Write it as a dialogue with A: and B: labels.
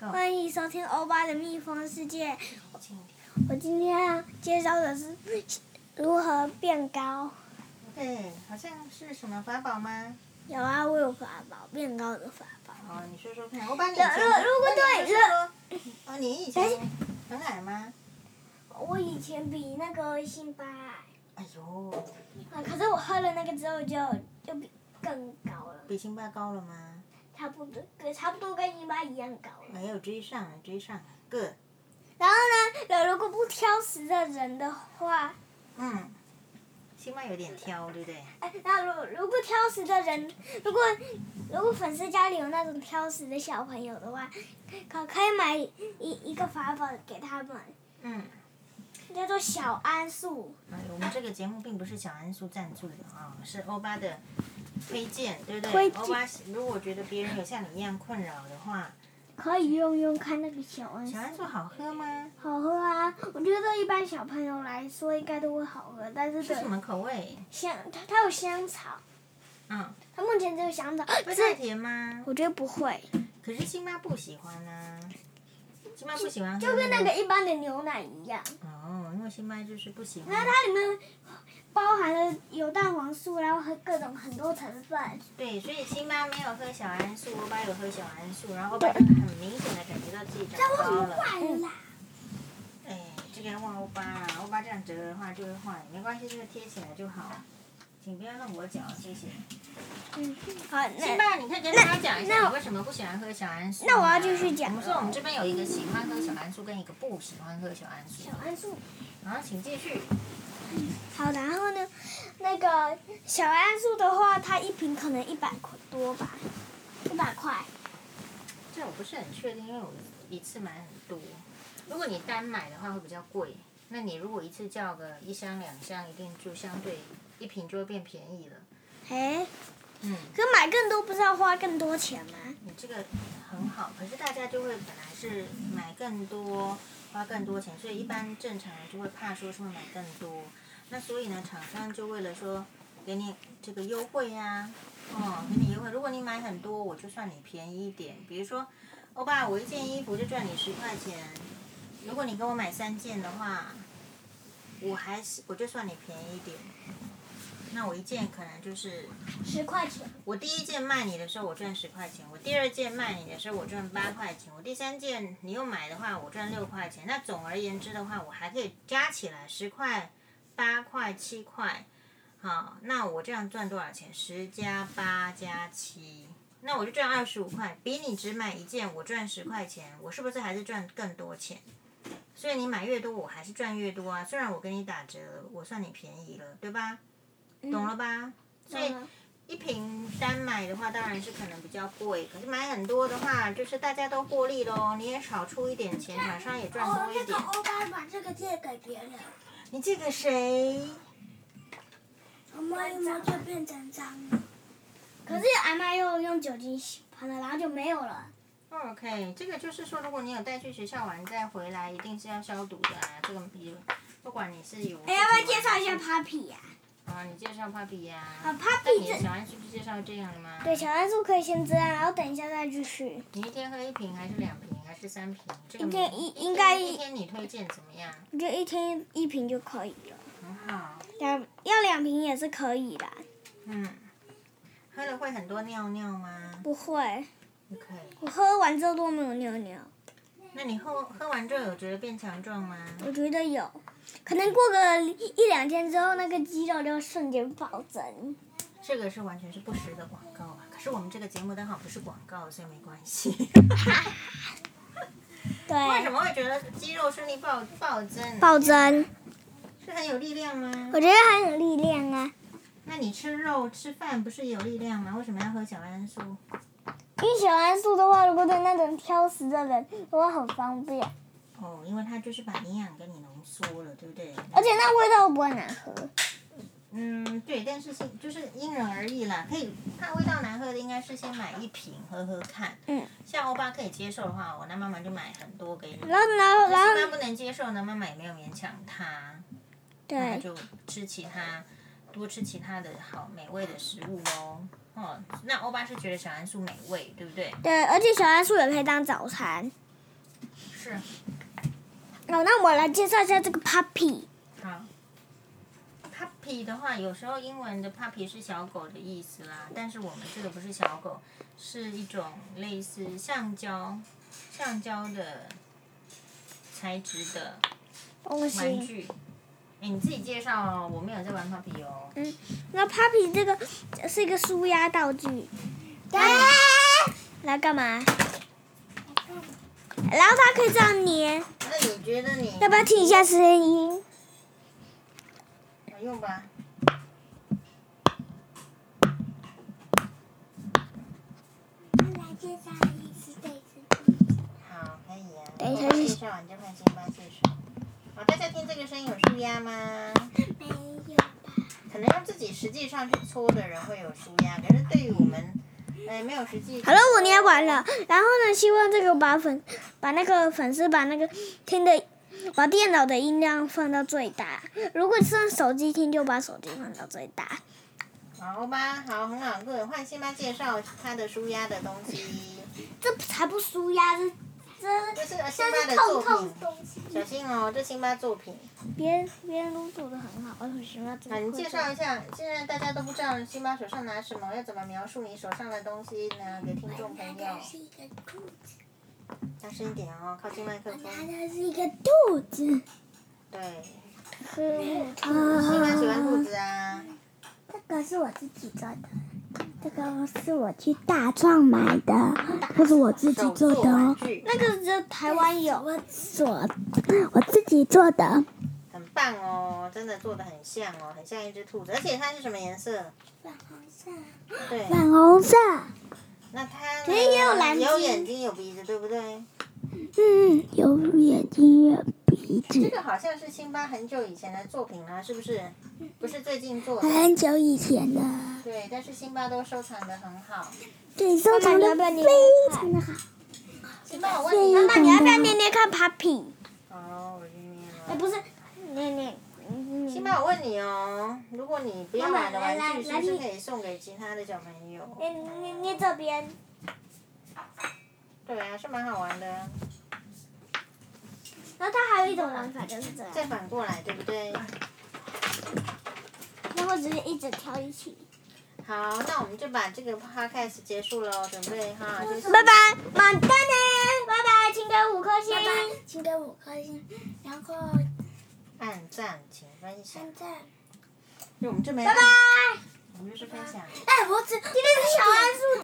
A: 欢迎收听欧巴的蜜蜂世界。我今天要介绍的是如何变高。
B: 对，哎好像是什么法宝吗？
A: 有啊，我有法宝，变高的法宝。
B: 哦，你说说看，我把你以
A: 如
B: 前，
A: 呃如如果
B: 我把你
A: 对
B: 说说，哦，你以前很矮吗？
A: 我以前比那个辛巴
B: 哎呦，
A: 矮，可是我喝了那个之后就就比更高了，
B: 比辛巴高了吗？
A: 差不多跟差不多跟辛巴一样高了。
B: 没有追上，追上，good，
A: 然后呢，如果不挑食的人的话，
B: 嗯，辛巴有点挑，对不对？
A: 哎，那如如果挑食的人，如果如果粉丝家里有那种挑食的小朋友的话，可可以买一一个法宝给他们，
B: 嗯，
A: 叫做小桉树。
B: 哎，我们这个节目并不是小桉树赞助的啊、是欧巴的推荐，对不
A: 推
B: 对？
A: 荐
B: 欧巴，如果觉得别人有像你一样困扰的话，
A: 可以用用看那个小桉
B: 小桉树好喝吗？
A: 好喝啊！我觉得一般小朋友来说应该都会好喝，但是
B: 是什
A: 对
B: 么口味？
A: 香，它它有香草，
B: 嗯，
A: 它目前只有香草，
B: 会太
A: 这
B: 甜吗？
A: 我觉得不会，
B: 可是亲妈不喜欢啊，亲妈不喜欢喝
A: 就跟那个一般的牛奶一样。
B: 哦，因为亲妈就是不喜
A: 然后
B: 欢，
A: 它里面包含了有蛋黄素，然后和各种很多成分。
B: 对，所以亲妈没有喝小桉树，我爸有喝小桉树，然后我爸就很明显的感觉到自己长
A: 那为什
B: 高
A: 么
B: 了。
A: 坏了啦？
B: 哎，这个要换欧巴啊，欧巴这样折的话就会坏，没关系，这个贴起来就好。请不要弄我脚，谢谢。
A: 嗯，好，
B: 辛
A: 那
B: 巴，你可以跟大家讲一
A: 那
B: 下你为什么不喜欢喝小桉树啊、
A: 那我要继续讲
B: 我们说我们这边有一个喜欢喝小桉树，跟一个不喜欢喝小桉树
A: 小。桉树。
B: 然后请继续。
A: 好，然后呢，那个小桉树的话，它一瓶可能一百块多吧，一百块。
B: 这我不是很确定，因为我一次买很多。如果你单买的话会比较贵，那你如果一次叫个一箱两箱，一定就相对一瓶就会变便宜了。
A: 哎，
B: 嗯，
A: 可买更多不是要花更多钱吗？
B: 你这个很好，可是大家就会本来是买更多，花更多钱，所以一般正常人就会怕说是会买更多。那所以呢，厂商就为了说给你这个优惠呀、哦，给你优惠。如果你买很多，我就算你便宜一点。比如说，欧巴，我一件衣服就赚你十块钱，如果你给我买三件的话，我还是我就算你便宜一点。那我一件可能就是
A: 十块钱。
B: 我第一件卖你的时候，我赚十块钱；我第二件卖你的时候，我赚八块钱；我第三件你又买的话，我赚六块钱。那总而言之的话，我还可以加起来十块、八块、七块。好，那我这样赚多少钱？十加八加七，那我就赚二十五块。比你只买一件，我赚十块钱，我是不是还是赚更多钱？所以你买越多，我还是赚越多啊。虽然我给你打折了，我算你便宜了，对吧？懂了吧？所以
A: 嗯懂了
B: 一瓶单买的话，当然是可能比较贵，可是买很多的话，就是大家都获利喽，你也少出一点钱，厂商也赚多一点。
A: 欧巴把哦这个借给别人，
B: 你借给谁？
A: 我摸一摸就变成脏了。可是阿妈又用酒精洗完了，然后就没有了。
B: 哦 OK，这个就是说，如果你有带去学校玩再回来，一定是要消毒的啊。这个比不管你是有，
A: 哎，要不要介绍一下 Papi 呀、
B: 啊？你介绍 Papi 呀、
A: 啊
B: 那
A: ，Papi
B: 你
A: 这
B: 的小安是不是介绍这样的吗？
A: 对，小桉树可以先这样，然后等一下再继续。
B: 你一天喝一瓶还是两瓶还是三瓶？这个
A: 一天
B: 每
A: 一应该
B: 一天你推荐怎么样？嗯
A: 我觉得一天一瓶就可以了，
B: 很好。
A: 两要两瓶也是可以的，
B: 嗯，喝了会很多尿尿吗
A: 不会，
B: ？OK。
A: 我喝完之后都没有尿尿，
B: 那你喝喝完之后有觉得变强壮吗？
A: 我觉得有，可能过个一两天之后，那个肌肉就瞬间暴增。
B: 这个是完全是不实的广告啊！可是我们这个节目刚好不是广告，所以没关 系。
A: 对，
B: 为什么会觉得肌肉顺利暴暴增？
A: 暴增？
B: 是很有力量吗？
A: 我觉得很有力量啊，
B: 那你吃肉吃饭不是有力量吗？为什么要喝小桉树？
A: 因为小桉树的话，如果对那种挑食的人的话很方便，
B: 哦，因为它就是把营养给你浓缩了，对不对？
A: 而且那味道不会难喝。
B: 嗯，对，但是是就是因人而异啦。可以，它味道难喝的应该是先买一瓶喝喝看。
A: 嗯，
B: 像欧巴可以接受的话，我那妈妈就买很多给你。
A: 然后，然后，
B: 可是
A: 然
B: 妈
A: 后，
B: 不能接受呢，妈妈也没有勉强她，那她
A: 对，
B: 就吃其他，多吃其他的好美味的食物哦。哦，那欧巴是觉得小桉树美味，对不对？
A: 对，而且小桉树也可以当早餐。
C: 是，
A: 哦，那我来介绍一下这个 puppy。
B: 好。Puppy 的话，有时候英文的 puppy 是小狗的意思啦，但是我们这个不是小狗，是一种类似橡胶、橡胶的材质的
A: 东
B: 玩
A: 西。
B: 具。哎，你自己介绍哦，我没有在玩 puppy 哦。
A: 那 puppy 这个是一个舒压道具，来干嘛？然后它可以这样粘，
B: 那你觉得你
A: 要不要听一下声音？
B: 有用吧？
C: 来介绍一次这次。
B: 好，可以啊。
A: 等一下
B: 我介绍完就换辛巴介绍。好，哦大家听这个声音有舒压吗？
C: 没有
B: 可能要自己实际上去搓的人会有舒压，可是对于我们，哎，没有实际。
A: 好了，我捏完了。然后呢，希望这个把粉，把那个粉丝把那个听的，把电脑的音量放到最大。如果是用手机听，就把手机放到最大。
B: 好吧，好，很好，各位换辛巴介绍他的舒压的东西，
A: 这才不输呀！这
B: 这
A: 这
B: 是辛巴的作品。小心哦，这辛巴作品。
A: 别人别人都做的很好，为什么要这
B: 好，你介绍
A: 么
B: 一下，现在大家都不知道辛巴手上拿什么，要怎么描述你手上的东西呢？给听众朋友，
C: 是一个兔子，
B: 大声一点哦，靠近麦克
C: 我拿
B: 风。
C: 的是一个兔子，
B: 对，辛巴喜欢
A: 啊，
B: 兔子啊。
C: 呃这个是我自己做的，这个是我去大创买的，这是我自己
B: 手
C: 做
B: 做
C: 的
B: 玩
C: 哦，
B: 具，
A: 那个只台湾有，
C: 我做，我自己做的，
B: 很棒哦，真的做的很像哦，很像一只兔子，而且它是什么颜色？
C: 粉红色，
B: 对，
C: 粉红色，
B: 那它呢
A: 可是也有蓝
B: 也有
A: 鲸
B: 眼睛，有鼻子，对不对？
C: 嗯，有眼睛，有鼻
B: 哎这
C: 子。
B: 个好像是辛巴很久以前的作品啊啦、是不是？不是最近做的，
C: 很久以前了，
B: 对，但是辛巴都收藏的很好。
C: 对，收藏的非常的好。
B: 辛巴，我问你啊，
A: 那你要不要捏捏看 Papi？
B: 哦，我去念
A: 哎，
B: 了。
A: 不是，捏捏。嗯
B: 辛巴，我问你哦，如果你不要买的玩具，是
A: 妈妈来来
B: 不是可以送给其他的小朋友？
A: 捏捏捏这边，
B: 对啊，是蛮好玩的，
A: 然后它还有一种玩法就是这样，
B: 再反过来，对不对？
A: 然后直接一直挑一起。
B: 好，那我们就把这个 podcast 结束喽，准备哈，就是
A: 拜拜，马丹呢？拜拜，请给五颗星
C: 拜。拜，请给五颗星，然后
B: 按赞，请分享。
C: 按赞。
B: 因为我们这没
A: 拜
B: 按
A: 拜。
B: 我们就是分享。
C: 哎，我只今天是
A: 小桉树